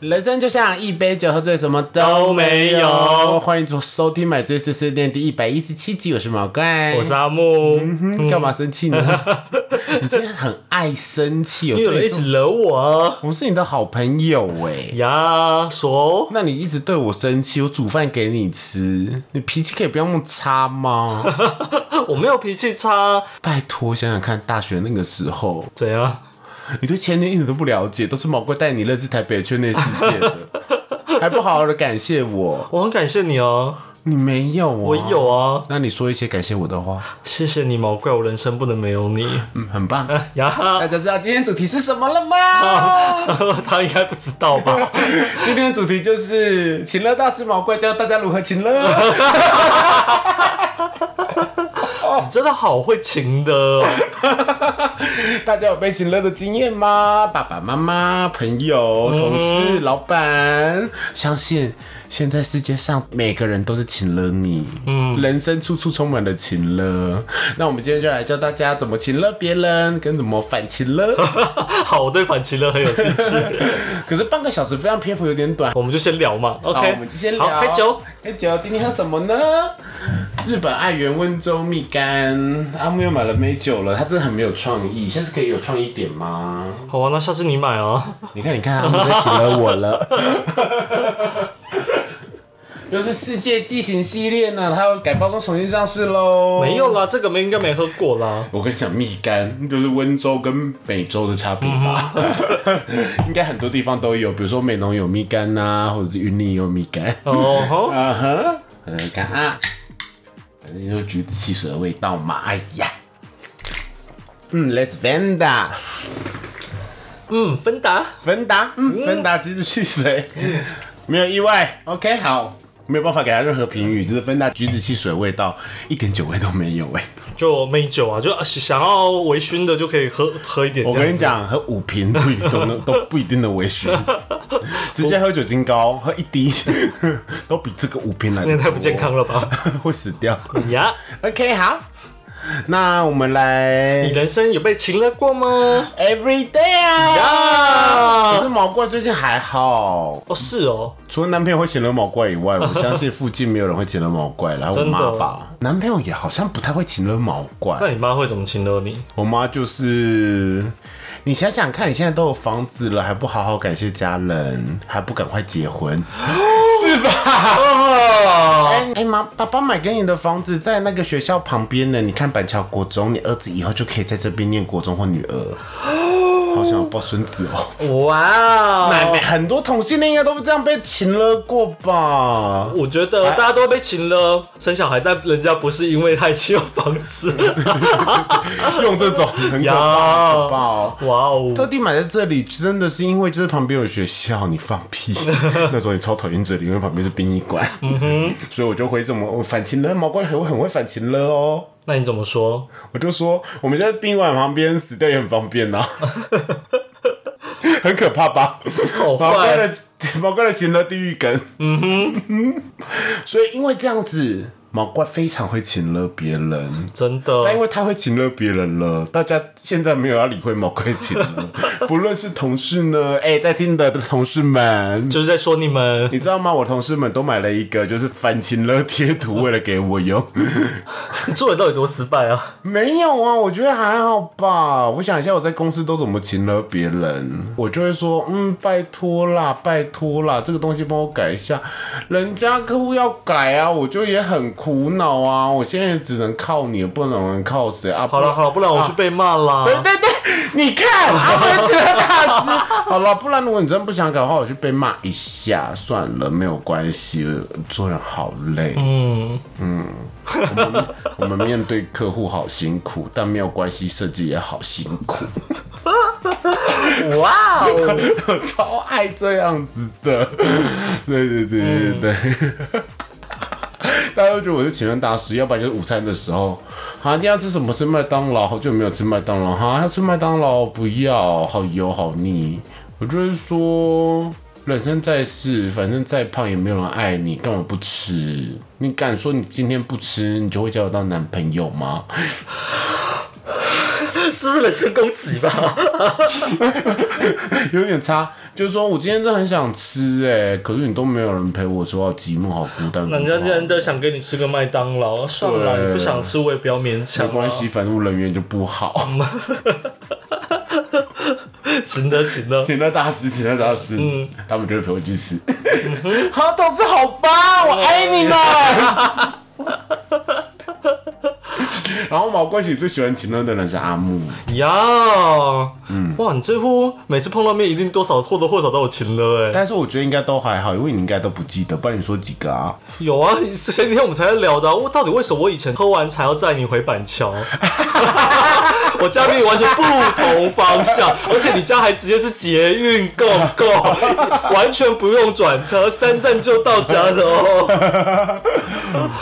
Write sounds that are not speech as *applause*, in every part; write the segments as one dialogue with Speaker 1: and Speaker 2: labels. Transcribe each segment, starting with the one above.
Speaker 1: 人生就像一杯酒，喝醉什么都
Speaker 2: 都
Speaker 1: 没
Speaker 2: 没有
Speaker 1: 有。欢迎收听《买醉碎碎念》第一百一十七集，我是啊毛怪。
Speaker 2: 我是阿木，
Speaker 1: 嗯干嘛生气呢？你今天很爱生气，有
Speaker 2: 你有人
Speaker 1: 对
Speaker 2: 一
Speaker 1: 你
Speaker 2: 直惹我啊
Speaker 1: 我是你的好朋友哎、
Speaker 2: 呀，说
Speaker 1: 那你一直对我生气，我煮饭给你吃，你脾气可以不要那么差吗？
Speaker 2: 我没有脾气差，
Speaker 1: 拜托，想想看，大学那个时候，
Speaker 2: 怎样？
Speaker 1: 你对前女一点都不了解，都是毛怪带你认识台北圈内世界的，还不好好的感谢我，
Speaker 2: 我很感谢你哦、
Speaker 1: 你没有啊？
Speaker 2: 我有啊，
Speaker 1: 那你说一些感谢我的话，
Speaker 2: 谢谢你毛怪，我人生不能没有你
Speaker 1: 嗯，很棒。
Speaker 2: 呀。
Speaker 1: *laughs* 大家知道今天主题是什么了吗？
Speaker 2: 他应该不知道吧？
Speaker 1: *laughs* 今天的主题就是请乐大师毛怪教大家如何请 *laughs* 乐。
Speaker 2: 你真的好会情的哦，
Speaker 1: 大家有被请乐的经验吗？爸爸妈妈、朋友、同事、老板，相信现在世界上每个人都是请了你。嗯，人生处处充满了请了。那我们今天就来教大家怎么请了别人，跟怎么反请 *laughs* 了。
Speaker 2: 好，我对反其乐很有兴趣，
Speaker 1: 可是半个小时非常篇幅有点短，
Speaker 2: 我们就先聊嘛。
Speaker 1: 好，
Speaker 2: OK，
Speaker 1: 我们就先聊。
Speaker 2: 好，开酒。
Speaker 1: 开酒，今天喝什么呢？日本爱媛温州蜜柑。阿木又买了美酒了，他真的很没有创意。下次可以有创意点吗？
Speaker 2: 好啊，那下次你买啊。
Speaker 1: 你看，你看，阿木在请了我了。 *laughs* 又是世界纪行系列呢，它要改包装重新上市喽。
Speaker 2: 没有啦，这个没应该没喝过啦。
Speaker 1: 我跟你讲，蜜柑就是温州跟美洲的差别吧， *laughs* 应该很多地方都有，比如说美浓有蜜柑呐、或者是云林也有蜜柑。
Speaker 2: 哦吼，
Speaker 1: 啊哈，来
Speaker 2: 嗯
Speaker 1: 看啊，反正就是橘子汽水的味道嘛。哎呀，嗯，Let's Venda，
Speaker 2: 嗯，芬达，
Speaker 1: 芬达，嗯，芬达橘子汽水，没有意外。OK，好，没有办法给他任何评语，就是芬达橘子汽水的味道一点酒味都没有哎、
Speaker 2: 就美酒啊，就想要微醺的就可以喝喝一点。
Speaker 1: 我
Speaker 2: 这样
Speaker 1: 跟你
Speaker 2: 子
Speaker 1: 讲，喝五瓶不一定都能 *laughs* 都不一定能微
Speaker 2: *laughs*
Speaker 1: 醺，直接喝酒精膏，喝一滴 *laughs* 都比这个五瓶来的
Speaker 2: 那太不健康了吧？
Speaker 1: 了， *laughs* 会死掉。
Speaker 2: 呀，
Speaker 1: OK，好，那我们来
Speaker 2: 你人生有被情了过吗？
Speaker 1: Every day 啊！
Speaker 2: 呀
Speaker 1: 可是毛怪最近还好，
Speaker 2: 哦，是哦，
Speaker 1: 除了男朋友会请了毛怪以外，我相信附近没有人会请了毛怪，然后我
Speaker 2: 真的
Speaker 1: 妈吧，男朋友也好像不太会请了毛怪。
Speaker 2: 那你妈会怎么情了你？
Speaker 1: 我妈就是，你想想看，你现在都有房子了，还不好好感谢家人，还不赶快结
Speaker 2: *gasps*
Speaker 1: 婚，是吧？
Speaker 2: 哦，
Speaker 1: 哎、哎妈，爸爸买给你的房子在那个学校旁边呢，你看板桥国中，你儿子以后就可以在这边念国中或女儿，好想要抱孙子哦。
Speaker 2: 哇
Speaker 1: 买
Speaker 2: 哦，
Speaker 1: 买很多同性恋应该都这样被擒了过吧？
Speaker 2: 我觉得大家都被情了，生小孩，但人家不是因为太气有房
Speaker 1: *laughs*
Speaker 2: 子。
Speaker 1: 用这种很可
Speaker 2: 呀，
Speaker 1: 怕可怕
Speaker 2: 哇
Speaker 1: 哦。
Speaker 2: 哦，
Speaker 1: 特地买在这里，真的是因为就是旁边有学校，你放屁！那时候你超讨厌这里，因为旁边是殡仪馆， *laughs* 所以我就会这么我反情了，毛怪很会很会反情了哦。
Speaker 2: 那你怎么说？
Speaker 1: 我就说我们现在殡仪馆旁边死掉也很方便呐、很可怕吧？
Speaker 2: 好
Speaker 1: 毛怪
Speaker 2: 哦坏，
Speaker 1: 的毛怪的情了地狱梗，嗯哼， *laughs* 所以因为这样子，毛怪非常会请了别人。
Speaker 2: 真
Speaker 1: 但因
Speaker 2: 的，
Speaker 1: 为他会请了别人了，大家现在没有要理会毛怪请了，不论是同事呢，哎、在听的同事们，
Speaker 2: 就是在说你们
Speaker 1: 你知道吗？我同事们都买了一个就是反请了贴图，为了给我用。
Speaker 2: 你做人到底多失败啊？
Speaker 1: 没有啊，我觉得还好吧。我想一下，我在公司都怎么请了别人，我就会说，嗯，拜托啦，拜托啦，这个东西帮我改一下。人家客户要改啊，我就也很苦恼啊。我现在只能靠你，不能靠谁啊？
Speaker 2: 好了好了，不然我去被骂
Speaker 1: *laughs*
Speaker 2: 啦。
Speaker 1: 对对对，你看阿文奇的大师。 *laughs* 好了，不然如果你真不想改的话，我就被骂一下算了，没有关系。做人好累，嗯嗯，我们我们面对客户好辛苦，但没有关系，设计也好辛苦。
Speaker 2: 哇哦，
Speaker 1: 我 *laughs* 超爱这样子的， *laughs* 对对对对对。 *laughs* 大家都觉得我是请人大师，要不然就是午餐的时候，啊，今天要吃什么？吃麦当劳，好久没有吃麦当劳，哈、要吃麦当劳，不要，好油好腻。我就是说，人生在世，反正再胖也没有人爱你，干嘛不吃？你敢说你今天不吃，你就会交得到男朋友吗？
Speaker 2: 这是人身攻击吧？
Speaker 1: *laughs* 有点差。就是说我今天真的很想吃哎、可是你都没有人陪我，说好寂寞，好孤单。
Speaker 2: 人
Speaker 1: 孤
Speaker 2: 家
Speaker 1: 单
Speaker 2: 既然都想给你吃个麦当劳，算了，你不想吃我也不要勉强、
Speaker 1: 没
Speaker 2: 啊。
Speaker 1: 关系，，反正我人缘就不好。
Speaker 2: 嗯请的请的。
Speaker 1: 请乐大师，请乐大师，嗯，他们就会陪我去吃。*laughs*
Speaker 2: 嗯
Speaker 1: 好，董事好吧，我爱你们。
Speaker 2: 嗯
Speaker 1: *laughs* 然后毛冠喜最喜欢请乐的人是阿木，
Speaker 2: 呀，哇，你几乎每次碰到面一定多少或多或少都有情了哎、
Speaker 1: 但是我觉得应该都还好，因为你应该都不记得，不然你说几个啊？
Speaker 2: 有啊，前几天我们才在聊的、啊，我到底为什么我以前喝完茶要载你回板桥？我家跟你完全不同方向，而且你家还直接是捷运购购，完全不用转车，三站就到家的哦。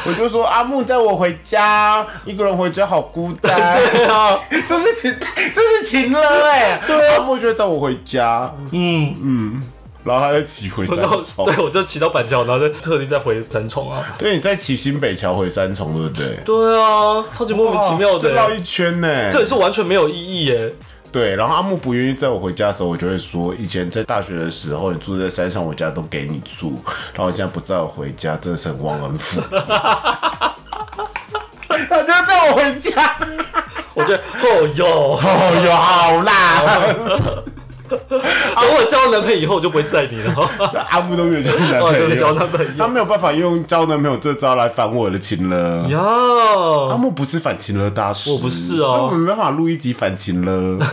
Speaker 1: 我就说阿木带我回家，一个人回家好孤单。
Speaker 2: *laughs* 对啊，
Speaker 1: *laughs* 这是情，这是情了哎、对、阿木就会带我回家，嗯嗯，然后他就骑回三
Speaker 2: 然后
Speaker 1: 重，
Speaker 2: 对我就骑到板桥，然后再特地再回三重啊。
Speaker 1: 对，你在骑新北桥回三重，对不对？
Speaker 2: 对啊，超级莫名其妙的、欸
Speaker 1: 就绕一圈呢、
Speaker 2: 这也是完全没有意义耶、
Speaker 1: 对，然后阿木不愿意载我回家的时候，我就会说，以前在大学的时候，你住在山上，我家都给你住，然后现在不载我回家，真的是很忘恩
Speaker 2: *laughs*
Speaker 1: 负义。他就载我回家，
Speaker 2: 我觉得，哦哟。
Speaker 1: 哦哟，好 *laughs* 啦，
Speaker 2: 啊，我有交男朋友以后我就不会载你了。 *laughs*
Speaker 1: 阿木都没有交男
Speaker 2: 哦，
Speaker 1: 朋
Speaker 2: 对，哦交
Speaker 1: 友，
Speaker 2: 男朋
Speaker 1: 他
Speaker 2: 友
Speaker 1: 没有办法用交男朋友这招来反我的情
Speaker 2: *laughs*
Speaker 1: 了。阿
Speaker 2: 呀，
Speaker 1: 木不是反情了大师，我
Speaker 2: 不是哦
Speaker 1: 所以我们没办法录一集反情了， *laughs*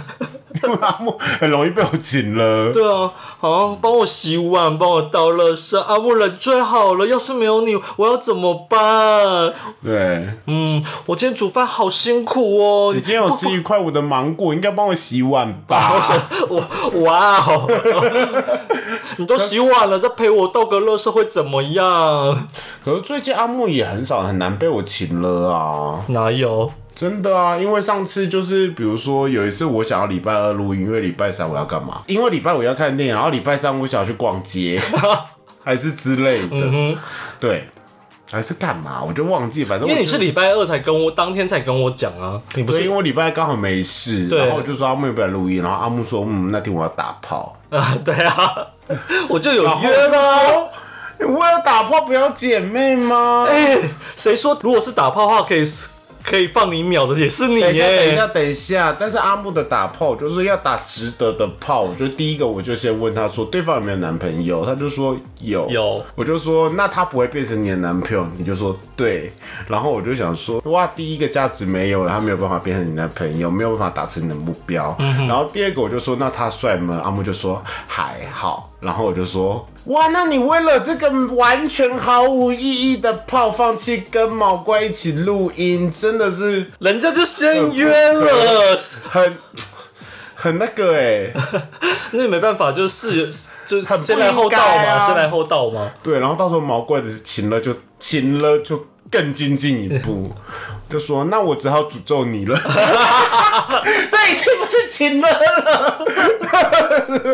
Speaker 1: 因为阿木很容易被我情了。
Speaker 2: 对啊，好，帮我洗碗，帮我倒垃圾。啊阿木人最好了，要是没有你，我要怎么办？
Speaker 1: 对，
Speaker 2: 嗯，我今天煮饭好辛苦哦。
Speaker 1: *laughs* 你今天有吃一块我的芒果，应该帮我洗碗 *laughs*
Speaker 2: 我
Speaker 1: 吧？
Speaker 2: 想，我哇哦，你都洗碗了，再陪我倒个垃圾会怎么样？
Speaker 1: 可是最近阿木也很少，很难被我请了啊！
Speaker 2: 哪有？
Speaker 1: 真的啊，因为上次就是比如说有一次我想要礼拜二录音，因为礼拜三我要干嘛？因为礼拜五要看电影，然后礼拜三我想要去逛街， *laughs* 还是之类的。
Speaker 2: 嗯
Speaker 1: 对，还是干嘛？我就忘记，反正我
Speaker 2: 因为你
Speaker 1: 就是
Speaker 2: 礼拜二才跟我，当天才跟我讲啊，你不
Speaker 1: 对，因
Speaker 2: 是
Speaker 1: 为我礼拜刚好没事，
Speaker 2: 对
Speaker 1: 然后我就说阿木要不要录音，然后阿木说嗯，那天我要打炮，
Speaker 2: 啊？对啊， *laughs* 我就有
Speaker 1: 然后
Speaker 2: *laughs* 约
Speaker 1: 我就
Speaker 2: 了啊。
Speaker 1: 说。我要打炮，不要姐妹吗？
Speaker 2: 哎、谁说如果是打炮的话可以可以放你秒的也是你哎
Speaker 1: 等一下，等一下，等
Speaker 2: 耶？
Speaker 1: 一下。但是阿木的打炮就是要打值得的炮。我就第一个，我就先问他说，对方有没有男朋友？他就说有。
Speaker 2: 有。
Speaker 1: 我就说，那他不会变成你的男朋友？你就说对。然后我就想说，哇，第一个价值没有了，他没有办法变成你男朋友，没有办法达成你的目标。然后第二个，我就说，那他帅吗？阿木就说还好。然后我就说，哇，那你为了这个完全毫无意义的炮，放弃跟毛怪一起录音，真的是。
Speaker 2: 人家就先约了，
Speaker 1: 很很那个哎、
Speaker 2: 那也没办法，就是事就
Speaker 1: 很不
Speaker 2: 先来后到
Speaker 1: 应该
Speaker 2: 嘛，
Speaker 1: 啊
Speaker 2: 先来后到嘛。
Speaker 1: 对，然后到时候毛怪的擒了就擒了就更精进一步，就说那我只好诅咒你了， *laughs* 这已经不是擒了了。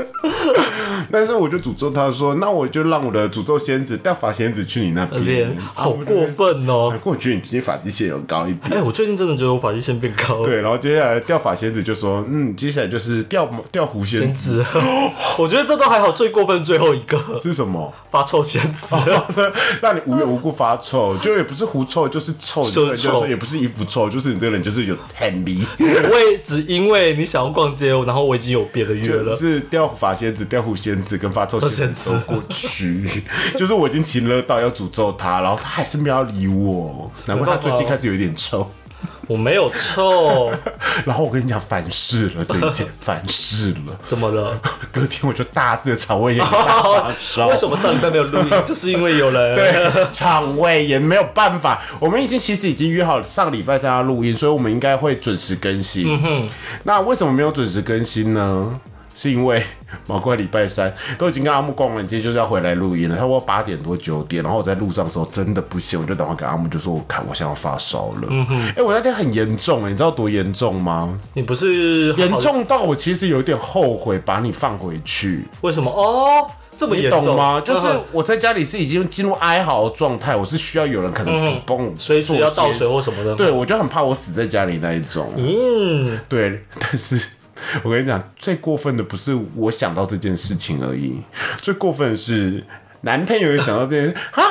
Speaker 1: *laughs* 但是我就诅咒他说，那我就让我的诅咒仙子带法仙子去你那边啊
Speaker 2: 脸，哎好过分哦！
Speaker 1: 不过我觉得你最近发际线有高一点。
Speaker 2: 哎、我最近真的觉得我发际线变高了。
Speaker 1: 对，然后接下来掉法仙子就说，嗯，接下来就是掉掉狐仙
Speaker 2: 仙
Speaker 1: 子
Speaker 2: 子， *laughs* 我觉得这都还好，最过分最后一个
Speaker 1: 是什么？
Speaker 2: 发臭仙
Speaker 1: *laughs*
Speaker 2: 子，
Speaker 1: 让你无缘无故发臭，就也不是狐臭，就是臭，你这个人
Speaker 2: 就是
Speaker 1: 就
Speaker 2: 臭
Speaker 1: 是也不是衣服臭，就是你这个人就是有很离，
Speaker 2: 只为只因为你想要逛街，然后我已经有别的约
Speaker 1: 就
Speaker 2: 了。
Speaker 1: 是掉发仙子、掉狐仙子跟发臭仙子都过去，
Speaker 2: *laughs*
Speaker 1: 就是我已经情勒到要诅咒他，然后他还是没有要理我，难怪他最近开始有一点臭。
Speaker 2: 我没有臭，
Speaker 1: 然后我跟你讲，反噬了这一件，反噬了，
Speaker 2: 怎么了？
Speaker 1: 隔天我就大肆的肠胃
Speaker 2: *laughs*
Speaker 1: 炎大发烧。
Speaker 2: 为什么上礼拜没有录音？就是因为有
Speaker 1: *laughs*
Speaker 2: 人
Speaker 1: 对，肠胃炎没有办法。我们已经其实已经约好上礼拜三要录音，所以我们应该会准时更新。那为什么没有准时更新呢？是因为毛怪礼拜三都已经跟阿木逛完街，就是要回来录音了，差不多八点多九点，然后我在路上的时候真的不行，我就打电话给阿木，就说我看我想要发烧了。嗯哼，哎、我那天很严重、哎，你知道多严重吗？
Speaker 2: 你不是
Speaker 1: 严
Speaker 2: 好
Speaker 1: 重到我其实有点后悔把你放回去。
Speaker 2: 为什么？哦，这么
Speaker 1: 你
Speaker 2: 严
Speaker 1: 懂
Speaker 2: 重
Speaker 1: 吗？就是
Speaker 2: 嗯
Speaker 1: 我在家里是已经进入哀嚎的状态，我是需要有人可能帮我
Speaker 2: 随时要
Speaker 1: 做
Speaker 2: 倒
Speaker 1: 些
Speaker 2: 水。或什么
Speaker 1: 嗯
Speaker 2: 的。
Speaker 1: 对，我就很怕我死在家里那一种。
Speaker 2: 嗯，
Speaker 1: 对，但是我跟你讲，最过分的不是我想到这件事情而已，最过分的是男朋友也想到这件事 *laughs* 啊。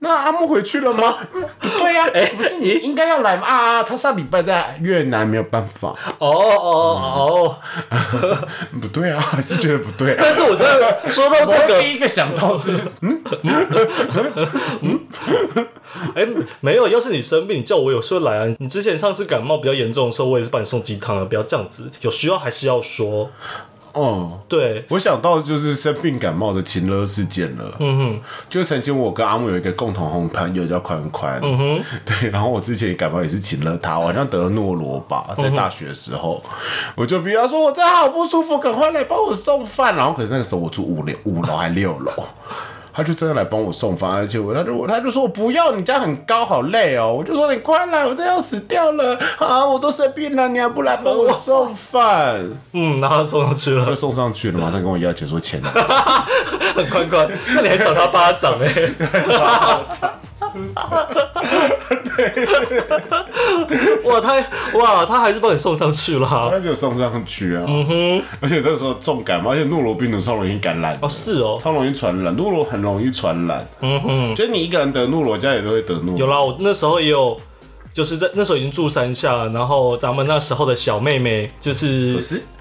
Speaker 1: 那阿木回去了吗？嗯，不对 *laughs* 呀、不是你应该要来吗？啊，他上礼拜在越南，没有办法。
Speaker 2: 哦哦哦，
Speaker 1: 不对啊，还是觉得不对、 *laughs* 啊。
Speaker 2: 但是我真的说 *laughs* 到这
Speaker 1: 我
Speaker 2: 个，
Speaker 1: 第一个想到是，
Speaker 2: 哎、没有，要是你生病，你叫我有时候来啊。你之前上次感冒比较严重的时候，我也是帮你送鸡汤啊，不要这样子，有需要还是要说。
Speaker 1: 哦，
Speaker 2: 对，
Speaker 1: 我想到就是生病感冒的情勒事件了。嗯哼，就曾经我跟阿木有一个共同红朋友叫宽宽。嗯哼， *laughs* 对，然后我之前感冒也是情勒他，我好像得了诺罗吧，在大学的时候，我就逼他说我真的好不舒服，赶快来帮我送饭。然后可是那个时候我住五楼，五楼还六楼。他就真的来帮我送饭，而且我他就他就说我不要，你家很高，好累哦。我就说你快来，我真的要死掉了啊！我都生病了，你还不来帮我送 *laughs* 饭？
Speaker 2: 嗯，然后送上去了
Speaker 1: 就，送上去了，马上跟我要求说钱。
Speaker 2: 很宽宽。那你还赏他巴掌哎、对，哇，他哇，他还是帮你送上去了。哦
Speaker 1: 他就送上去啊，嗯哼，而且那时候重感冒，而且诺罗病毒超容易感染的
Speaker 2: 哦，是哦，
Speaker 1: 超容易传染，诺罗很容易传染，嗯哼，就是你一个人得诺罗，家里都会得诺
Speaker 2: 有
Speaker 1: 罗，
Speaker 2: 啦，我那时候也有，就是在那时候已经住山下了，然后咱们那时候的小妹妹就是
Speaker 1: 可是
Speaker 2: *laughs*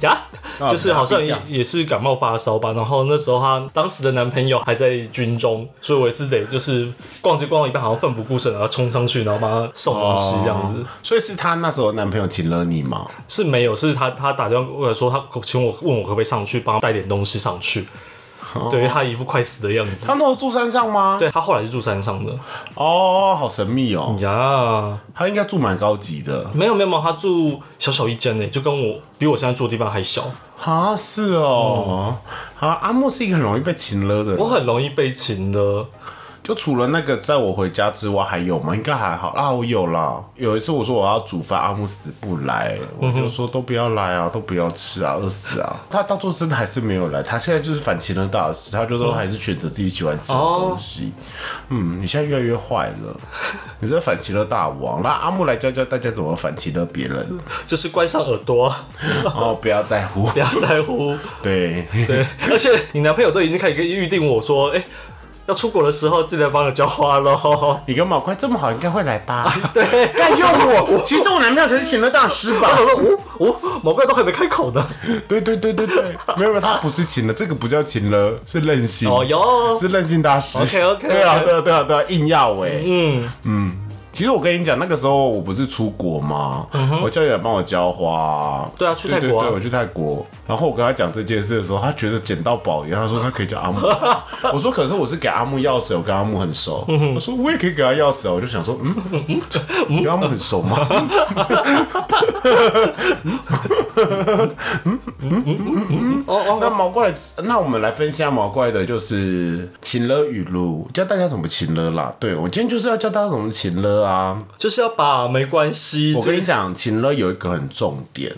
Speaker 2: 呀，
Speaker 1: 啊
Speaker 2: 就是好像
Speaker 1: 不
Speaker 2: 也
Speaker 1: 要
Speaker 2: 也是感冒发烧吧。然后那时候她当时的男朋友还在军中，所以我也是得就是逛街逛到一半，好像奋不顾身，然后冲上去，然后帮她送东西这样子。
Speaker 1: 哦所以是她那时候男朋友请了你吗？
Speaker 2: 是没有，是她她打电话跟我说，她请我问我可不可以上去帮她带点东西上去。
Speaker 1: 哦
Speaker 2: 对，她一副快死的样子。
Speaker 1: 他那时候住山上吗？
Speaker 2: 对她嗯后来是住山上的
Speaker 1: 哦，好神秘哦，
Speaker 2: 呀。
Speaker 1: 他应该住蛮高级的
Speaker 2: 没有没有，没有，他住小小一间呢，欸就跟我比我现在住的地方还小。
Speaker 1: 啊，是哦，啊，阿莫是一个很容易被请了的人
Speaker 2: 我，很容易被擒的，
Speaker 1: 就除了那个在我回家之外，还有吗？应该还好啊，我有啦。有一次我说我要煮饭，阿木死不来，我就说都不要来啊，都不要吃啊，饿死啊。他到最后真的还是没有来，他现在就是反其道大师，他就说还是选择自己喜欢吃的东西。嗯，你现在越来越坏了，你在反其道大王。那阿木来教教大家怎么反其道别人，
Speaker 2: 就是关上耳朵，
Speaker 1: 哦，不要在乎。
Speaker 2: 不要在乎。
Speaker 1: 对，
Speaker 2: 对，而且你男朋友都已经开始跟预定我说，哎、要出国的时候记得帮我浇花哦喽。
Speaker 1: 你跟毛怪这么好，应该会来吧？对，干用我，其实我男朋友才是选择大师吧。
Speaker 2: 我说，哦，哦，毛怪都还没开口呢。
Speaker 1: 对对对对对，没有没有，他不是情了，这个不叫情了，是任性，
Speaker 2: 哦哟，
Speaker 1: 是任性大师。
Speaker 2: OK，OK，OK
Speaker 1: 对啊对啊对啊对啊，硬要哎、嗯嗯。其实我跟你讲，那个时候我不是出国吗？我教练帮我浇花。
Speaker 2: 嗯对啊去泰国啊
Speaker 1: 对对对，我去泰国。然后我跟他讲这件事的时候，他觉得捡到宝一样，他说他可以叫阿
Speaker 2: *laughs*
Speaker 1: 木。我说可是我是给阿木钥匙，我跟阿木很熟。
Speaker 2: 嗯
Speaker 1: 我说我也可以给他钥匙啊，我就想说，嗯，你跟阿木很熟
Speaker 2: 嗯
Speaker 1: 吗？
Speaker 2: 哦哦，
Speaker 1: 那毛怪的，那我们来分析一下毛怪的，就是请了语录，教大家怎么请了啦。对我今天就是要教大家怎么请了啊。
Speaker 2: 就是要把没关系，
Speaker 1: 我
Speaker 2: 这
Speaker 1: 跟
Speaker 2: 个
Speaker 1: 你讲，请了有一个很重点，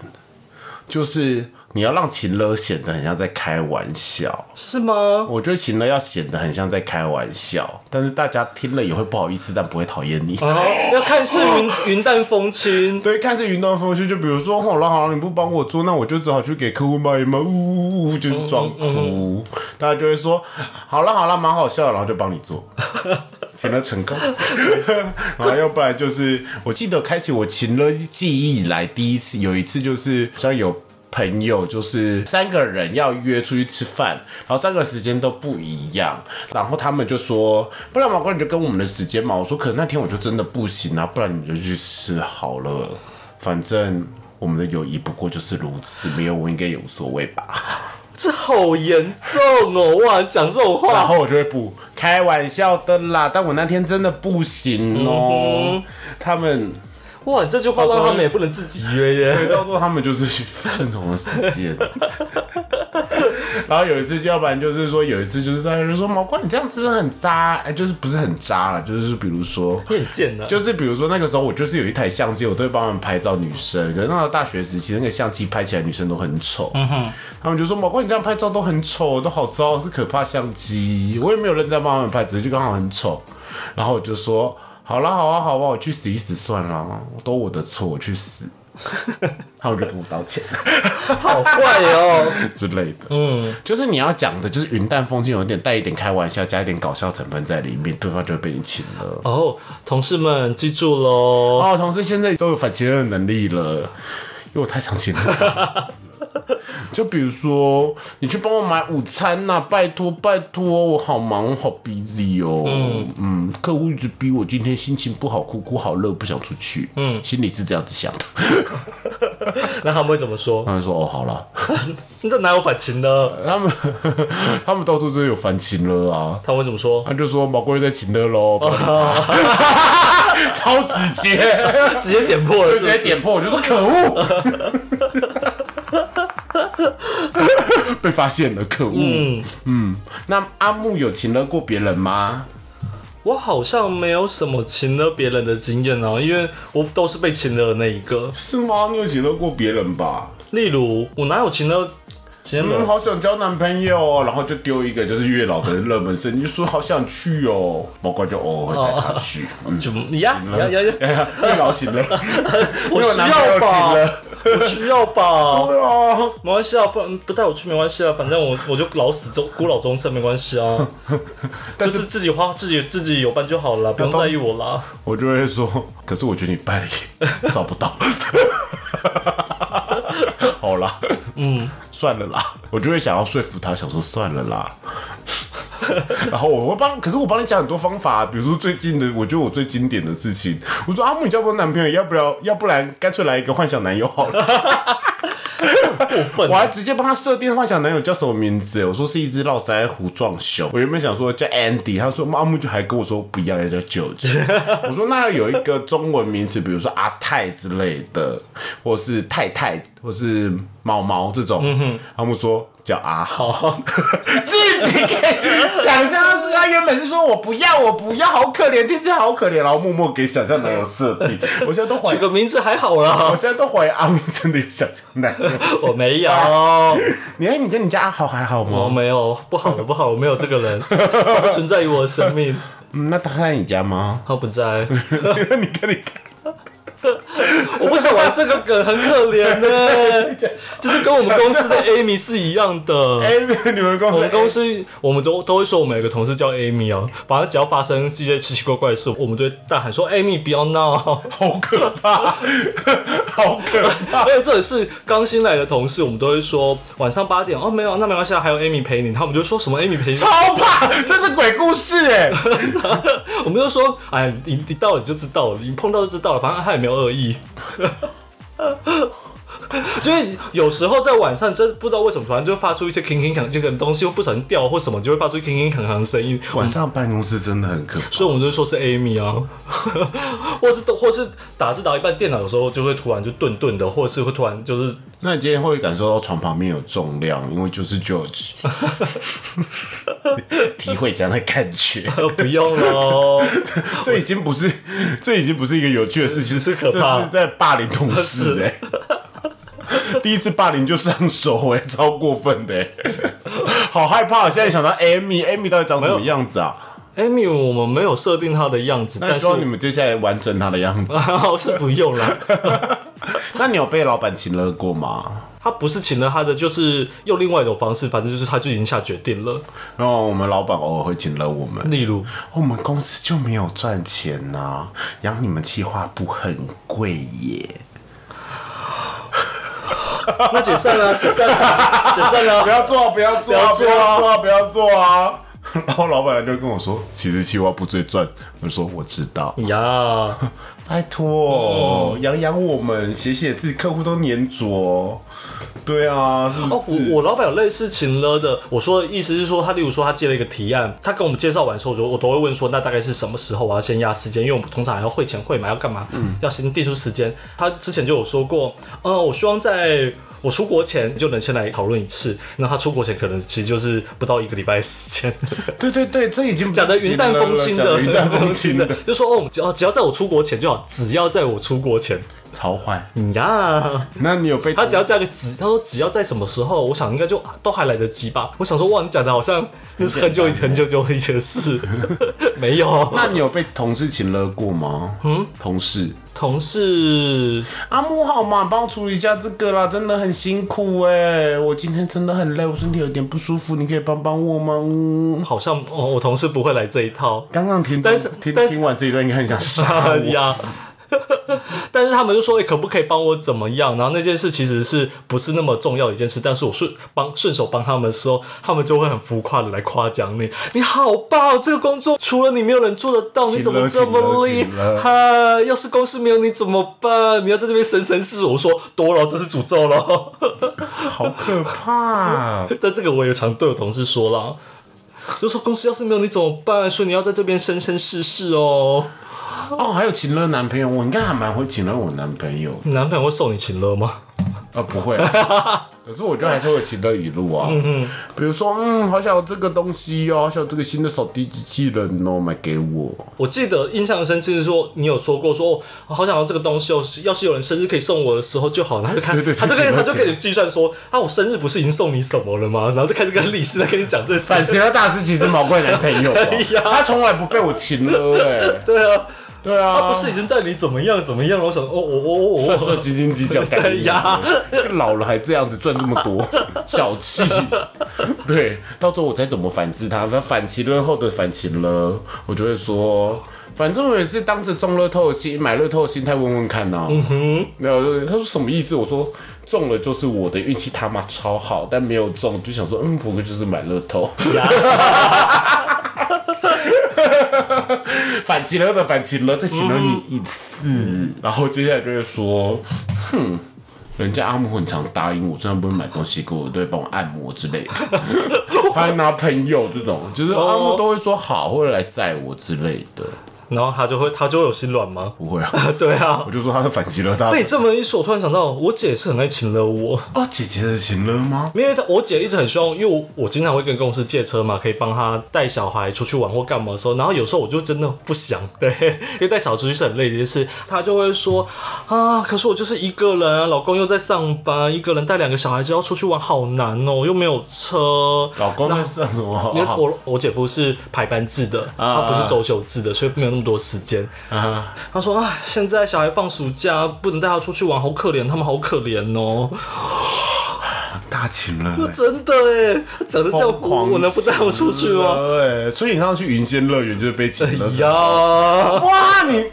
Speaker 1: 就是你要让请了显得很像在开玩笑。
Speaker 2: 是吗？
Speaker 1: 我觉得请了要显得很像在开玩笑，但是大家听了也会不好意思，但不会讨厌你。
Speaker 2: 哦，要看是云云淡风轻。
Speaker 1: 对，看似云端风轻，就比如说，好了好了，你不帮我做，那我就只好去给客户卖嘛，呜呜呜，就是装哭，大家就会说，好了好了，蛮好笑的，然后就帮你做，请了成功。 *laughs* 然后要不然就是，我记得开启我情了记忆以来第一次，有一次就是好像有。朋友就是三个人要约出去吃饭，然后三个时间都不一样，然后他们就说，不然毛哥你就跟我们的时间嘛。我说可能那天我就真的不行啊，不然你就去吃好了，反正我们的友谊不过就是如此，没有我应该也无所谓吧。
Speaker 2: 这好严重哦！哇，讲这种
Speaker 1: 然
Speaker 2: 话，
Speaker 1: 后我就会补，开玩笑的啦，但我那天真的不行哦。他们
Speaker 2: 哇，你这句话让他们也不能自己约耶。
Speaker 1: 到时候他们就是顺从了时间。 *laughs* 然后有一次，就要不然就是说有一次就是在人说毛怪你这样子真的很渣，哎，就是不是很渣了，就是比如说。
Speaker 2: 你很贱的，
Speaker 1: 就是比如说那个时候，我就是有一台相机，我都会帮他们拍照女生。可是那时候大学时期，那个相机拍起来女生都很丑，他们就说：“毛怪，你这样拍照都很丑，都好糟，是可怕相机。”我也没有认真帮他们拍，只是就刚好很丑。然后我就说：“好啦，好啊，好啊，我去死一死算了，都我的错，我去死。”他们就跟我道歉
Speaker 2: 好坏哦。
Speaker 1: 之类的。嗯，就是你要讲的，就是云淡风轻，有点带一点开玩笑，加一点搞笑成分在里面，对方就会被你请了。
Speaker 2: 哦，同事们记住喽，
Speaker 1: 哦，同事现在都有反其任的能力了，因为我太常请了。 *laughs* 就比如说，你去帮我买午餐呐、拜托拜托，我好忙，我好 busy 哦。嗯客户一直逼我，今天心情不好，哭哭好热，不想出去。嗯，心里是这样子想的。
Speaker 2: 那他们会怎么说？
Speaker 1: 他们说：“哦，好了。”
Speaker 2: 你这哪有反情呢？
Speaker 1: 他们他们到处真的有烦情了啊。
Speaker 2: 他们会怎么说？
Speaker 1: *laughs* 他就说毛贵在请了喽，不要理 *laughs* 他超直接，
Speaker 2: 直接点破了是
Speaker 1: 直
Speaker 2: 不
Speaker 1: 接
Speaker 2: 是？
Speaker 1: 点破，我就说可恶， *laughs* 被发现了，可恶。嗯那阿木有请了过别人吗？
Speaker 2: 我好像没有什么请了别人的经验哦、因为我都是被请了的那一个。
Speaker 1: 是吗？你有请了过别人吧？
Speaker 2: 例如，我哪有请了请了别
Speaker 1: 嗯，
Speaker 2: 人？
Speaker 1: 好想交男朋友哦，然后就丢一个就是月老的热门生，你就说好想去哦，毛怪就哦会带他去。嗯
Speaker 2: 就你呀，你呀，你呀，你呀
Speaker 1: 哎呀 *laughs* 月老 *laughs* 醒了，因
Speaker 2: 我
Speaker 1: 为
Speaker 2: 需
Speaker 1: 男朋友
Speaker 2: 要吧
Speaker 1: 请了，
Speaker 2: 我需要吧？
Speaker 1: 对啊，
Speaker 2: 没关系啊，不然不带我去没关系啊，反正我我就老死终孤老终生没关系啊，就
Speaker 1: *laughs* 但
Speaker 2: 是
Speaker 1: 是
Speaker 2: 自己花自己自己有伴就好了，不用在意我
Speaker 1: *laughs*
Speaker 2: 啦。
Speaker 1: 我就会说，可是我觉得你办理 *laughs* 找不到。 *laughs* 好啦，嗯，算了啦，我就会想要说服他，想说算了啦。 *laughs* 然后我会帮，可是我帮你想很多方法，啊比如说最近的，我觉得我最经典的事情，我说阿啊木，你交不到男朋友，要不要？要不然干脆来一个幻想男友好了。我还直接帮他设定幻想男友叫什么名字，欸我说是一只络腮胡壮熊。我原本想说叫 Andy，他说阿木就还跟我说不要，要叫九
Speaker 2: *laughs*
Speaker 1: 九。我说那有一个中文名词，比如说阿泰之类的，或是太太，或是毛毛这种。阿木说叫阿浩。
Speaker 2: 嗯好，
Speaker 1: 自己给想象他他原本是说我不要，我不要，好可怜，天气好可怜，然后默默给想象男友设
Speaker 2: *laughs*
Speaker 1: 定。我现在都怀
Speaker 2: 取
Speaker 1: 疑，
Speaker 2: 个名字还好
Speaker 1: *laughs*
Speaker 2: 啦，
Speaker 1: 我现在都怀疑阿明真的有想象男
Speaker 2: *laughs*
Speaker 1: 友。
Speaker 2: 我没有，
Speaker 1: 啊你哎看你跟你家阿豪还好
Speaker 2: 我
Speaker 1: 吗？
Speaker 2: 没有，不好了，不好了，我没有这
Speaker 1: *laughs*
Speaker 2: 个人，他不存在于我的生命，
Speaker 1: 嗯，那他在你家 *laughs* 吗？
Speaker 2: 他不在，
Speaker 1: 你看你看，
Speaker 2: 我不想玩这个梗，很可怜呢，就是跟我们
Speaker 1: *laughs*
Speaker 2: 公司的 Amy 是一样的。
Speaker 1: 哎、你们公
Speaker 2: 我
Speaker 1: 司
Speaker 2: 们公司，我们都都会说我们有个同事叫 Amy 哦，反正只要发生一些奇奇怪怪的事，我们就会大喊说 Amy 不要闹。
Speaker 1: 哎好可怕， *laughs* 好可怕。
Speaker 2: *laughs* 而且这里是刚新来的同事，我们都会说晚上八点哦，没有，那没关系啊，还有 Amy 陪你。他们就说什么 Amy 陪你，
Speaker 1: 超怕，这是鬼故事哎、
Speaker 2: *laughs* 我们就说哎，你你到了你就知道了，你碰到就知道了，反正他也没有恶意。 *laughs* 所以有时候在晚上，真不知道为什么突然就会发出一些铿铿锵，这个东西又不小心掉或什么，就会发出铿铿锵锵的声音。
Speaker 1: 晚上办公室真的很可怕。
Speaker 2: 所以我们就说是 Amy 啊， *laughs* 或是或是打字打一半，电脑有时候就会突然就顿顿的，或是会突然就是
Speaker 1: 那你今天会感受到床旁边有重量，因为就是 George，体会这样的感觉。
Speaker 2: 呃不用喽，
Speaker 1: 这已经不
Speaker 2: *laughs*
Speaker 1: 是，这已经不是一个有趣的事情，
Speaker 2: 是可怕
Speaker 1: 这是在霸凌同事
Speaker 2: *laughs* 是
Speaker 1: 哎、第一次霸凌就上手哎、超过分的、欸，
Speaker 2: *laughs*
Speaker 1: 好害怕！现在想到 Amy，Amy 到底长什么样子啊？
Speaker 2: Amy 我们没有设定她的样子，
Speaker 1: 那
Speaker 2: 但
Speaker 1: 希
Speaker 2: 是
Speaker 1: 望你们接下来完整她的样子。
Speaker 2: *laughs* 是不用啦。
Speaker 1: 那你有被老板请了过吗？
Speaker 2: 他不是请了他的，就是用另外一种方式，反正就是他就已经下决
Speaker 1: *laughs*
Speaker 2: 定了。
Speaker 1: 然后我们老板偶尔会请了我们，
Speaker 2: 例如，
Speaker 1: 我们公司就没有赚钱呐、养你们企划部很贵耶。
Speaker 2: 那解散了，解散了，解散了。
Speaker 1: 要做、啊，不要做、
Speaker 2: 啊不要做
Speaker 1: 啊，不要做啊！
Speaker 2: *laughs*
Speaker 1: 然后老板娘就跟我说，其实企划部最赚。我就说我知道，
Speaker 2: 呀，
Speaker 1: 拜托，养养哦我们，写写字，客户都粘着。对啊，是不
Speaker 2: 哦，
Speaker 1: 是？
Speaker 2: 我我老板有类似情了的，我说的意思是说，他例如说他接了一个提案，他跟我们介绍完之后，我就我都会问说，那大概是什么时候？我要先压时间，因为我们通常还要会前会嘛，要干嘛？
Speaker 1: 嗯
Speaker 2: 要先定出时间。他之前就有说过，呃，我希望在。我出国前就能先来讨论一次，那他出国前可能其实就是不到一个礼拜的
Speaker 1: *laughs*
Speaker 2: 时间，
Speaker 1: 对对对，这已经不
Speaker 2: 讲的
Speaker 1: 行
Speaker 2: 云淡
Speaker 1: 了
Speaker 2: 风轻
Speaker 1: 讲
Speaker 2: 的，
Speaker 1: 得云淡风轻的，
Speaker 2: *laughs* 就说哦，只要只要在我出国前就好，只要在我出国前，
Speaker 1: 超坏。
Speaker 2: 嗯呀，
Speaker 1: 那你有被
Speaker 2: 他只要加个只，他说只要在什么时候，我想应该就啊都还来得及吧。我想说，哇，你讲的好像那是很久以很久久以前的事，没有。
Speaker 1: 那你有被同事请了过吗？嗯，同事。
Speaker 2: 同事
Speaker 1: 阿木好嘛，帮我处理一下这个啦，真的很辛苦哎、我今天真的很累，我身体有点不舒服，你可以帮帮我吗？嗯
Speaker 2: 好像哦，我同事不会来这一套。
Speaker 1: 刚刚听，
Speaker 2: 但是
Speaker 1: 听
Speaker 2: 但是
Speaker 1: 听完这一段应该很想
Speaker 2: *laughs*
Speaker 1: 杀
Speaker 2: 哎
Speaker 1: 我。
Speaker 2: 呀，但是他们就说，哎、可不可以帮我怎么样？然后那件事其实是不是那么重要的一件事？但是我顺帮顺手帮他们的时候，他们就会很浮夸的来夸奖你，你好棒！这个工作除了你，没有人做得到，你怎么这么厉
Speaker 1: 请了
Speaker 2: 害？要是公司没有你怎么办？你要在这边神神似我说多了，这是诅咒了。
Speaker 1: 好可怕！
Speaker 2: *laughs* 但这个我也常对我同事说啦，就说公司要是没有你怎么办？所以你要在这边生生世世哦。
Speaker 1: 哦，还有请了男朋友，我应该还蛮会请了我男朋友
Speaker 2: 你男朋友会送你情乐吗？
Speaker 1: 啊，不
Speaker 2: *laughs*
Speaker 1: 会啊。可是我觉得还是会请了一路啊，
Speaker 2: 嗯
Speaker 1: 比如说，嗯，好想要这个东西哦，好想要这个新的扫地机器人哦，买给我。
Speaker 2: 我记得印象深，就是说你有说过说，哦，好想要这个东西哦，要是有人生日可以送我的时候就好了。他就看，
Speaker 1: 对对
Speaker 2: 他就
Speaker 1: 对
Speaker 2: 跟
Speaker 1: 对
Speaker 2: 他就
Speaker 1: 对
Speaker 2: 跟你计算说，啊，我生日不是已经送你什么了吗？然后就开始跟历史 *laughs* 在跟你讲这事。
Speaker 1: 感情的大师其实毛怪男朋
Speaker 2: *laughs*
Speaker 1: 友啊，
Speaker 2: 哎呀
Speaker 1: 他从来不被我请了哎、
Speaker 2: 对啊，
Speaker 1: 对啊，
Speaker 2: 他不是已经对你怎么样怎么样了？我想，哦，我我我
Speaker 1: 算
Speaker 2: 我
Speaker 1: 算斤斤计较，感觉
Speaker 2: 对呀
Speaker 1: 老了还这样子赚这么
Speaker 2: *laughs*
Speaker 1: 多，小气。对，到时候我再怎么反制他，他反其乐后的反其乐，我就会说，反正我也是当着中乐透的心买乐透的心态问问看呐、嗯哼，然后就他说什么意思？我说中了就是我的运气他妈超好，但没有中就想说，嗯，不过就是买乐透。 *laughs* 反其乐的反其乐，再形容你一次，嗯然后接下来就会说，哼。人家阿姆很常答应我，虽然不会买东西给我，都会帮我按摩之 *laughs* 类的。他还拿朋友这种，就是阿姆都会说好，或者来载我之类的。
Speaker 2: 然后他就会他就会有心软吗？ *laughs*
Speaker 1: 不会啊，
Speaker 2: 对啊。
Speaker 1: *laughs* 我就说他是反其乐大
Speaker 2: 被
Speaker 1: 神
Speaker 2: 你这么一说，我突然想到，我姐也是很爱请了我。
Speaker 1: 哦，姐姐的情乐吗？
Speaker 2: 因为她我姐一直很希望，因为我我经常会跟公司借车嘛，可以帮她带小孩出去玩或干嘛的时候，然后有时候我就真的不想， *laughs* 对，因为带小孩出去是很累的一件事，她就会说啊，可是我就是一个人啊，老公又在上班，一个人带两个小孩子要出去玩好难哦，又没有车，
Speaker 1: 老公在上什么？
Speaker 2: 因为我我姐夫是排班制的，他不是周休制的，所以没有那么多时间。
Speaker 1: 啊
Speaker 2: 他说啊，现在小孩放暑假，不能带他出去玩，好可怜，他们好可怜哦。
Speaker 1: *laughs* 大情乐、欸。
Speaker 2: 真的哎，讲的这样我我能不带我出去吗？？哎
Speaker 1: 哎，所以你上次去云仙乐园就是被请了。
Speaker 2: 呀！
Speaker 1: 哇，你你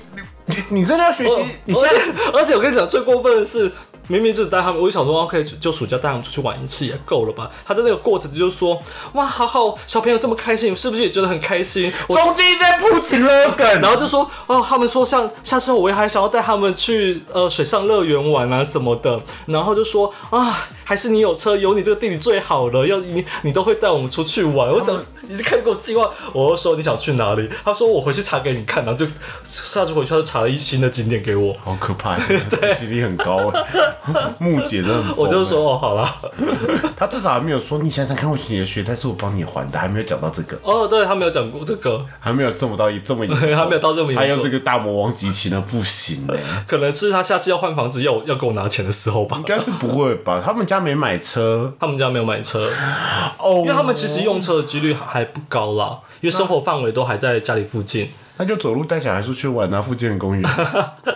Speaker 1: 你你真的要学习？你现
Speaker 2: 而
Speaker 1: 在
Speaker 2: 且而且我跟你讲，最过分的是，明明就是带他们，我就想说，OK，就就暑假带他们出去玩一次也够了吧？他在那个过程就说，哇，好好，小朋友这么开心，是不是也觉得很开心？我
Speaker 1: 中间在铺情乐梗，然
Speaker 2: 然后就说，哦，他们说像下次我也还想要带他们去呃水上乐园玩啊什么的，然后就说啊，还是你有车有你这个弟弟最好了，要你你都会带我们出去玩。我想已经开始给我计划，我就说你想去哪里？他说我回去查给你看，然后就下次回去他就查了一新的景点给我，
Speaker 1: 好可怕，真的执行力很高
Speaker 2: *laughs*
Speaker 1: 哎。木姐真的很疯哎，
Speaker 2: 我就说哦好啦，
Speaker 1: 他至少还没有说你想想看，我去你的学贷是我帮你还的，还没有讲到这个，
Speaker 2: 哦对他没有讲过这个，
Speaker 1: 还没有这么到一这么严重，
Speaker 2: *laughs* 还没有到这么严重
Speaker 1: 他用这个大魔王集齐呢，不行
Speaker 2: *laughs*
Speaker 1: 哎、
Speaker 2: 可能是他下次要换房子要要给我拿钱的时候吧
Speaker 1: 应。该是不会吧？他们家没买车
Speaker 2: 他们家没有买车，
Speaker 1: 哦，
Speaker 2: 因为他们其实用车的几率还不高啦，因为生活范围都还在家里附近。
Speaker 1: 那就走路带小孩出去玩啊，附近的
Speaker 2: *laughs*
Speaker 1: 公园，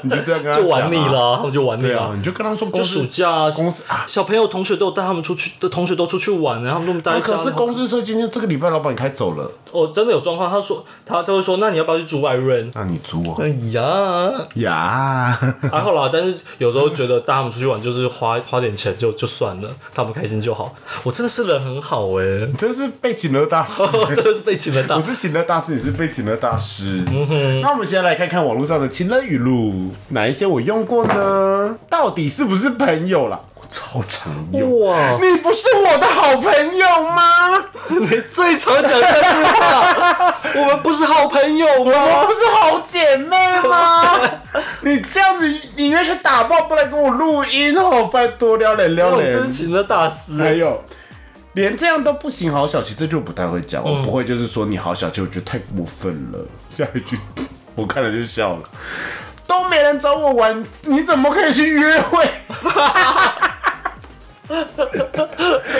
Speaker 1: 你就这样跟他
Speaker 2: 就玩腻
Speaker 1: 讲啊， *laughs*
Speaker 2: 了，他们就玩腻
Speaker 1: 对啊，
Speaker 2: 了。
Speaker 1: 你就跟他说公
Speaker 2: 就
Speaker 1: 司
Speaker 2: 暑假啊
Speaker 1: 公司啊，
Speaker 2: 小朋友、同学都有带他们出去，的同学都出去玩，然后他们都待在家
Speaker 1: 哦啊可是
Speaker 2: 然后
Speaker 1: 公司车今天这个礼拜老板开走了，
Speaker 2: 哦，真的有状况，他说他他会说，那你要不要去住外
Speaker 1: *laughs*
Speaker 2: 润？
Speaker 1: 那你租我
Speaker 2: 哎呀，
Speaker 1: 呀？
Speaker 2: 还好啦，但是有时候觉得带他们出去玩就是花 *laughs* 花点钱就就算了，他们开心就好。我真的是人很好哎、 *laughs*
Speaker 1: 你真是被请了大师。 *laughs*
Speaker 2: 真的是被请了大
Speaker 1: 我。是请了大师，你是被请了大师。那我们先来看看网络上的情人语录，哪一些我用过呢？到底是不是朋友啦？我超常用。哦
Speaker 2: 哇，
Speaker 1: 你不是我的好朋友吗？
Speaker 2: 你最常讲这句话，
Speaker 1: *laughs*
Speaker 2: 我们不是好朋友
Speaker 1: 我
Speaker 2: 吗？
Speaker 1: 不是好姐妹吗？ *laughs* 你这样子宁愿去打爆，不来跟我录音哦，拜托撩人
Speaker 2: 那
Speaker 1: 撩
Speaker 2: 种
Speaker 1: 人。
Speaker 2: 真情的大师，
Speaker 1: 还有，连这样都不行，好小气，这就不太会
Speaker 2: 嗯
Speaker 1: 讲。我不会，就是说你好小气，我觉得太过分了。下一句，我看了就笑了。都没人找我玩，你怎么可以去约会？ *laughs*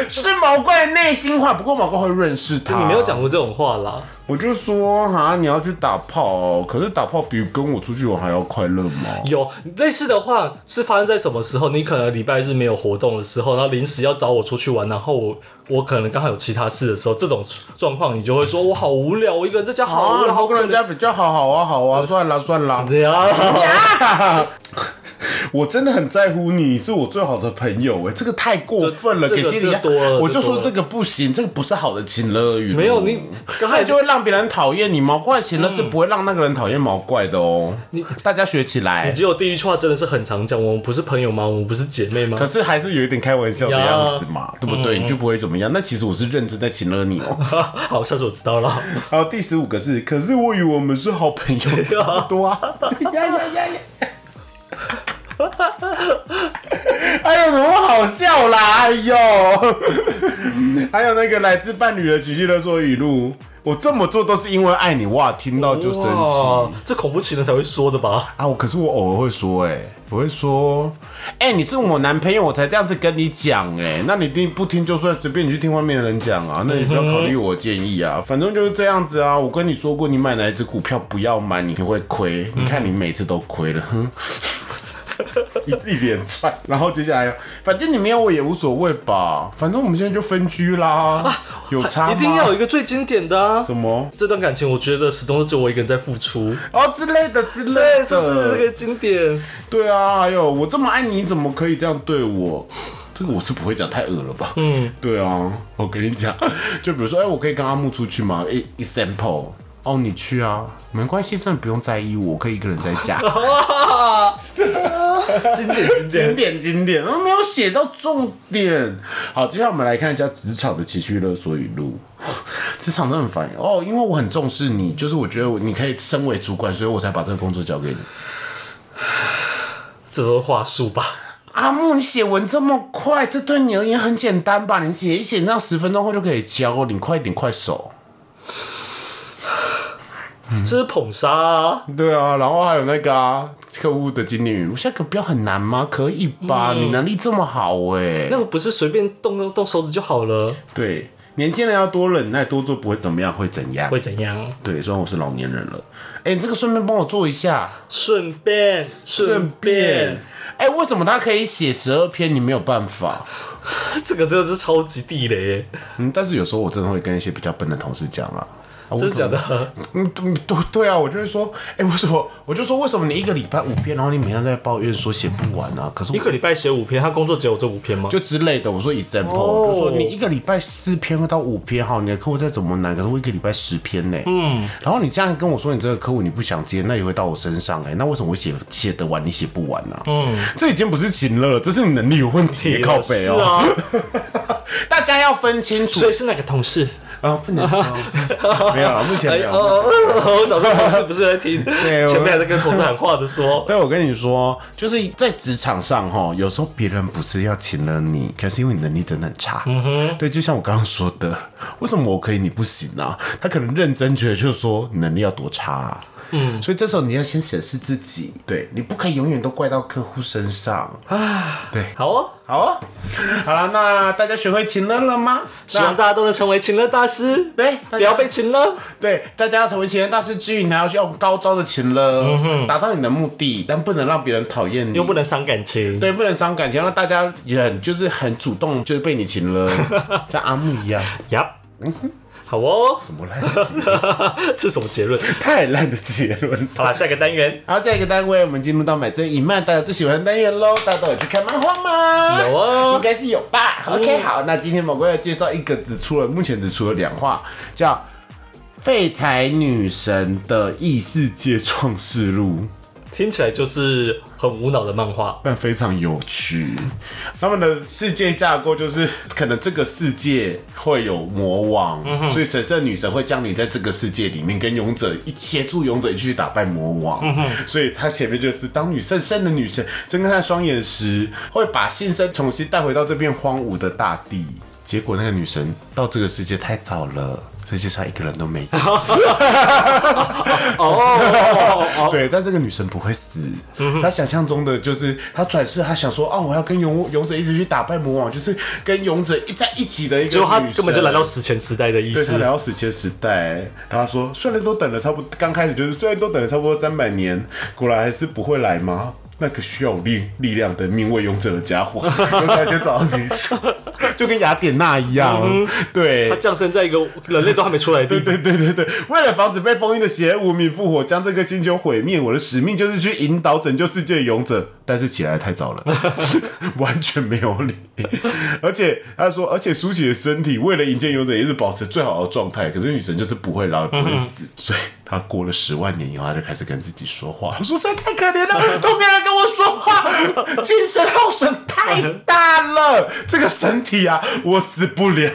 Speaker 1: 是毛怪内心话，不过毛怪会认识他。
Speaker 2: 你没有讲过这种话啦。
Speaker 1: 我就说哈，你要去打炮、哦，可是打炮比跟我出去玩还要快乐吗？
Speaker 2: 有类似的话是发生在什么时候？你可能礼拜日没有活动的时候，然后临时要找我出去玩，然后我我可能刚好有其他事的时候，这种状况你就会说我好无聊，我一个人在家好无聊，
Speaker 1: 然
Speaker 2: 哦好
Speaker 1: 后
Speaker 2: 可
Speaker 1: 跟啊人
Speaker 2: 怜。
Speaker 1: 家比较好，好啊，好啊，算了算了，
Speaker 2: 对啊，
Speaker 1: 我真的很在乎你，是我最好的朋友哎、这个太过分了，
Speaker 2: 这
Speaker 1: 给
Speaker 2: 这
Speaker 1: 心理
Speaker 2: 这
Speaker 1: 压
Speaker 2: 多了
Speaker 1: 我就
Speaker 2: 这多
Speaker 1: 说
Speaker 2: 了
Speaker 1: 这个不行，这个不是好的情乐语录。
Speaker 2: 没有你刚
Speaker 1: 刚
Speaker 2: 才
Speaker 1: 才就会让别人讨厌你。毛怪情乐是不会让那个人讨厌毛怪的哦、你大家学起来
Speaker 2: 你。只有第一句话真的是很常讲，我们不是朋友吗？我们不是姐妹吗
Speaker 1: 可？是还是有一点开玩笑的样子嘛，对不对？你就
Speaker 2: 嗯
Speaker 1: 不会怎么样。那其实我是认真在请了你哦。
Speaker 2: *laughs* 好，下次我知道了。
Speaker 1: 然后第十五个是，可是我以为我们是好朋友，差不多啊。呀呀呀呀！哎呦，怎么好笑啦？哎呦，还有那个来自伴侣的情绪勒索语录，我这么做都是因为爱你哇，听到就生气
Speaker 2: 哇，这恐怖情人才会说的吧？
Speaker 1: 啊！我可是我偶尔会说、哎，我会说，哎、你是我男朋友，我才这样子跟你讲，哎，那你一定不听就算，随便你去听外面的人讲
Speaker 2: 嗯
Speaker 1: 啊，那你不要考虑我的建议啊，反正就是这样子啊。我跟你说过，你买哪一只股票不要买，你会
Speaker 2: 嗯
Speaker 1: 亏，你看你每次都亏了，
Speaker 2: *laughs*
Speaker 1: 哼。一一连串，然后接下来，反正你没有我也无所谓吧，反正我们现在就分居啦，有差吗？
Speaker 2: 啊一定要有一个最经典的啊！
Speaker 1: 什么
Speaker 2: 这段感情，我觉得始终都只有我一个人在付出，哎
Speaker 1: 哦之类的之类的，
Speaker 2: 对，是不是这个经典？
Speaker 1: 对啊，还有我这么爱你，怎么可以这样对我？这个我是不会讲，太恶了吧？嗯，对啊，我跟你讲，就比如说，哎、我可以跟阿木出去吗？E-？example，哦，你去啊，没关系，真的不用在意我，我可以一个人在家。
Speaker 2: 哇，经典经典
Speaker 1: 经。典经典，然后没有写到重点。好，接下来我们来看一下职场的情绪勒索语录。职场真的很烦哦，因为我很重视你，就是我觉得你可以身为主管，所以我才把这个工作交给你。
Speaker 2: 这都是话术吧？
Speaker 1: 阿木，你写文这么快，这对你而言很简单吧？你写一写，那十分钟后就可以交了，你快点快手。
Speaker 2: 这是捧杀、啊，
Speaker 1: 对啊，然后还有那个啊，客户的经理语录，下个标很难吗？可以吧？你能力这么好哎、
Speaker 2: 那个不是随便动动动手指就好了，
Speaker 1: 对，年轻人要多忍耐，多做不会怎么样，会怎样？
Speaker 2: 会怎样？
Speaker 1: 对，虽然我是老年人了，哎、你这个顺便帮我做一下，
Speaker 2: 顺便，顺便，。
Speaker 1: 哎、为什么他可以写十二篇，你没有办法？
Speaker 2: *laughs* 这个真的是超级地雷耶，
Speaker 1: 嗯，但是有时候我真的会跟一些比较笨的同事讲啊，啊
Speaker 2: 真的假？
Speaker 1: 为什么
Speaker 2: 的？
Speaker 1: 嗯，对对对啊，我就会说，哎、为什么？我就说为什么你一个礼拜五篇，然后你每天都在抱怨说写不完啊？可是
Speaker 2: *laughs* 一
Speaker 1: 我
Speaker 2: 个礼拜写五篇，他工作只有这五篇吗？
Speaker 1: 就之类的，我说 example，、
Speaker 2: 哦
Speaker 1: 就说你一个礼拜四篇到五篇哈，你的客户再怎么难，可是我一个礼拜十篇呢。嗯，然后你这样跟我说你这个客户你不想接，那也会到我身上哎、那为什么我写写得完你写不完呢、嗯，这已经不是情乐了，这是你能力有问题，靠背
Speaker 2: 是
Speaker 1: 哦。
Speaker 2: 啊，
Speaker 1: *laughs* 大家要分清楚
Speaker 2: 所以是哪个同 *laughs* 事？
Speaker 1: 啊，不能说
Speaker 2: *laughs*
Speaker 1: 没有了，目前没有。
Speaker 2: 哦哦哦，我想说同事不是在 *laughs* 听，
Speaker 1: 对我
Speaker 2: 前面还在跟同事喊话的说，
Speaker 1: 但我跟你说，就是在职场上哈，有时候别人不是要请了你，可是因为你能力真的很差。嗯哼，对，就像我刚刚说的，为什么我可以你不行啊？他可能认真觉得就是说你能力要多差、啊。嗯，所以这时候你要先审视自己，对你不可以永远都怪到客户身上啊。对，
Speaker 2: 好哦，
Speaker 1: 好啊，好了，那大家学会请了了吗？
Speaker 2: 希望
Speaker 1: 那
Speaker 2: 大家都能成为情乐大师，
Speaker 1: 对，
Speaker 2: 不
Speaker 1: 大
Speaker 2: 要
Speaker 1: 家
Speaker 2: 被情乐。
Speaker 1: 对，大家要成为情人大师之余，你还要用高招的情了，达到你的目的，但不能让别人讨厌你，
Speaker 2: 又不能伤感情，
Speaker 1: 对，不能伤感情，让大家也很就是很主动，就是被你擒 *laughs* 了，像阿木一样，
Speaker 2: 呀，好哦， *laughs*
Speaker 1: 怎么烂的结论？
Speaker 2: 这是什么结论？
Speaker 1: 太烂的结论。
Speaker 2: 好了，下一个单元。
Speaker 1: *laughs* 好，下一个单位，我们进入到买真一漫大家最喜欢的单元喽。大家都有去看漫画吗？嗯
Speaker 2: 有哦
Speaker 1: 应该是有吧。OK，好，那今天某个要介绍一个只出了目前只出了两话，叫《废柴女神的异世界创世录》。
Speaker 2: 听起来就是很无脑的漫画。
Speaker 1: 但非常有啊趣。他们的世界架构就是，可能这个世界会有魔王，所以神圣女神会将你在这个世界里面跟勇者一协助勇者一起去打败魔王。所以它前面就是，当女神圣的女神睁开她双眼时，会把信身重新带回到这片荒芜的大地。结果那个女神到这个世界太早了，世界上一个人都没有。对，但这个女神不会死。她想象中的就是她转世，她想说啊，我要跟勇勇者一起去打败魔王，就是跟勇者一在一起的一个女
Speaker 2: 结
Speaker 1: 神。
Speaker 2: 果他根本就来到史前时代的意
Speaker 1: 对他
Speaker 2: 思
Speaker 1: 来。到史前时代，然后他说虽然都等了差不多，刚开始就是虽然都等了差不多三百年，果然还是不会来吗？那个需要有力力量的命为勇者的家伙， *laughs* 勇者先找到女神， *laughs* 就跟雅典娜一样，
Speaker 2: 嗯
Speaker 1: 对
Speaker 2: 他，降生在一个人类都还没出来的地方。
Speaker 1: 对对对对，为了防止被封印的邪恶无名复活，将这个星球毁灭，我的使命就是去引导拯救世界的勇者。但是起来得太早了，完全没有理。而且他说，而且苏起的身体为了迎接勇者，也是保持最好的状态。可是女神就是不会老，也不会死，所以她过了十万年以后，她就开始跟自己说话。她说：“实在太可怜了，都没有人跟我说话，精神耗损太大了，这个身体啊，我死不了。”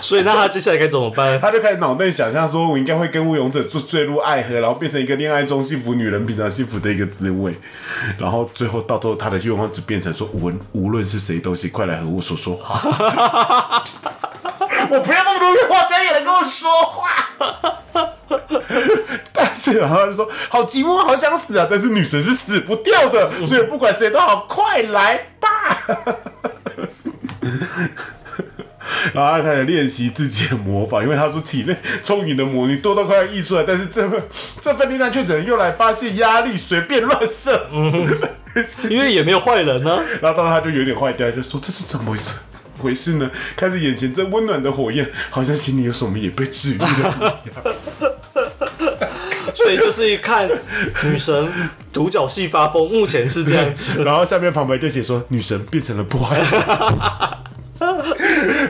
Speaker 2: 所以那他接下来该怎么
Speaker 1: *laughs*
Speaker 2: 办？
Speaker 1: 他就开始脑内想象说，我应该会跟勇者坠坠入爱河，然后变成一个恋爱中幸福女人平常幸福的一个滋味。然后最后到最后，他的愿望只变成说，无论无论是谁东西，快来和我说说话。 *laughs* 我不要那么多愿望，再也能跟我说话。 *laughs* 但是然后他就说，好寂寞，好想死啊！但是女神是死不掉的，所以不管谁都好，快来吧。然后他开始练习自己的魔法，因为他说体内充盈的魔力多到快要溢出来，但是这份这份力量却只能用来发泄压力，随便乱射。
Speaker 2: 因为也没有坏人呢、
Speaker 1: *laughs* 然后到他就有点坏掉，就说这是怎么回事呢？看着眼前这温暖的火焰，好像心里有什么也被治愈了。
Speaker 2: 所以就是一看女神独角戏发疯，目前是这样
Speaker 1: *laughs*
Speaker 2: 子。
Speaker 1: 然后下面旁白就写说，女神变成了破坏神。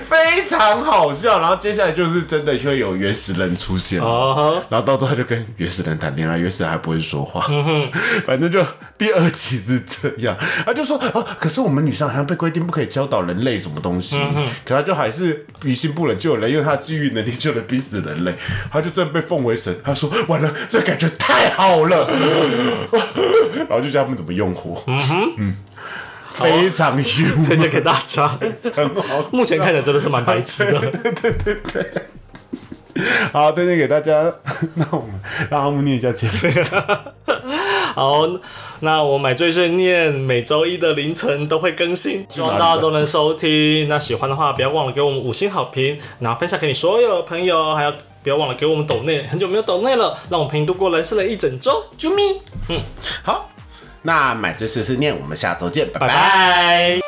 Speaker 1: 非常好笑，然后接下来就是真的会有原始人出现了
Speaker 2: 啊哈，
Speaker 1: 然后到最后他就跟原始人谈恋爱，原始人还不会说话， *laughs* 反正就第二集是这样，他就说啊，可是我们女生好像被规定不可以教导人类什么东西，可他就还是于心不忍救人，用他的治愈能力救了逼死人类，他就真的被奉为神，他说完了，这感觉太好了， *laughs* 然后就教他们怎么用火，嗯非常
Speaker 2: 推
Speaker 1: U，
Speaker 2: 荐给大家。
Speaker 1: *laughs* 很好笑，
Speaker 2: 目前看起来真的是蛮白痴的。
Speaker 1: 好推荐给大家， *laughs* 那我们让阿木念一下结尾。
Speaker 2: 好，那我买醉训练每周一的凌晨都会更新，希望大家都能收听。那喜欢的话，不要忘了给我们五星好评，然后分享给你所有的朋友，还有不要忘了给我们抖内，很久没有抖内了，让我们陪你度过人生的一整周。
Speaker 1: 救命！嗯，好，那买醉碎碎念，我们下周见，拜
Speaker 2: 拜
Speaker 1: 拜。
Speaker 2: 拜。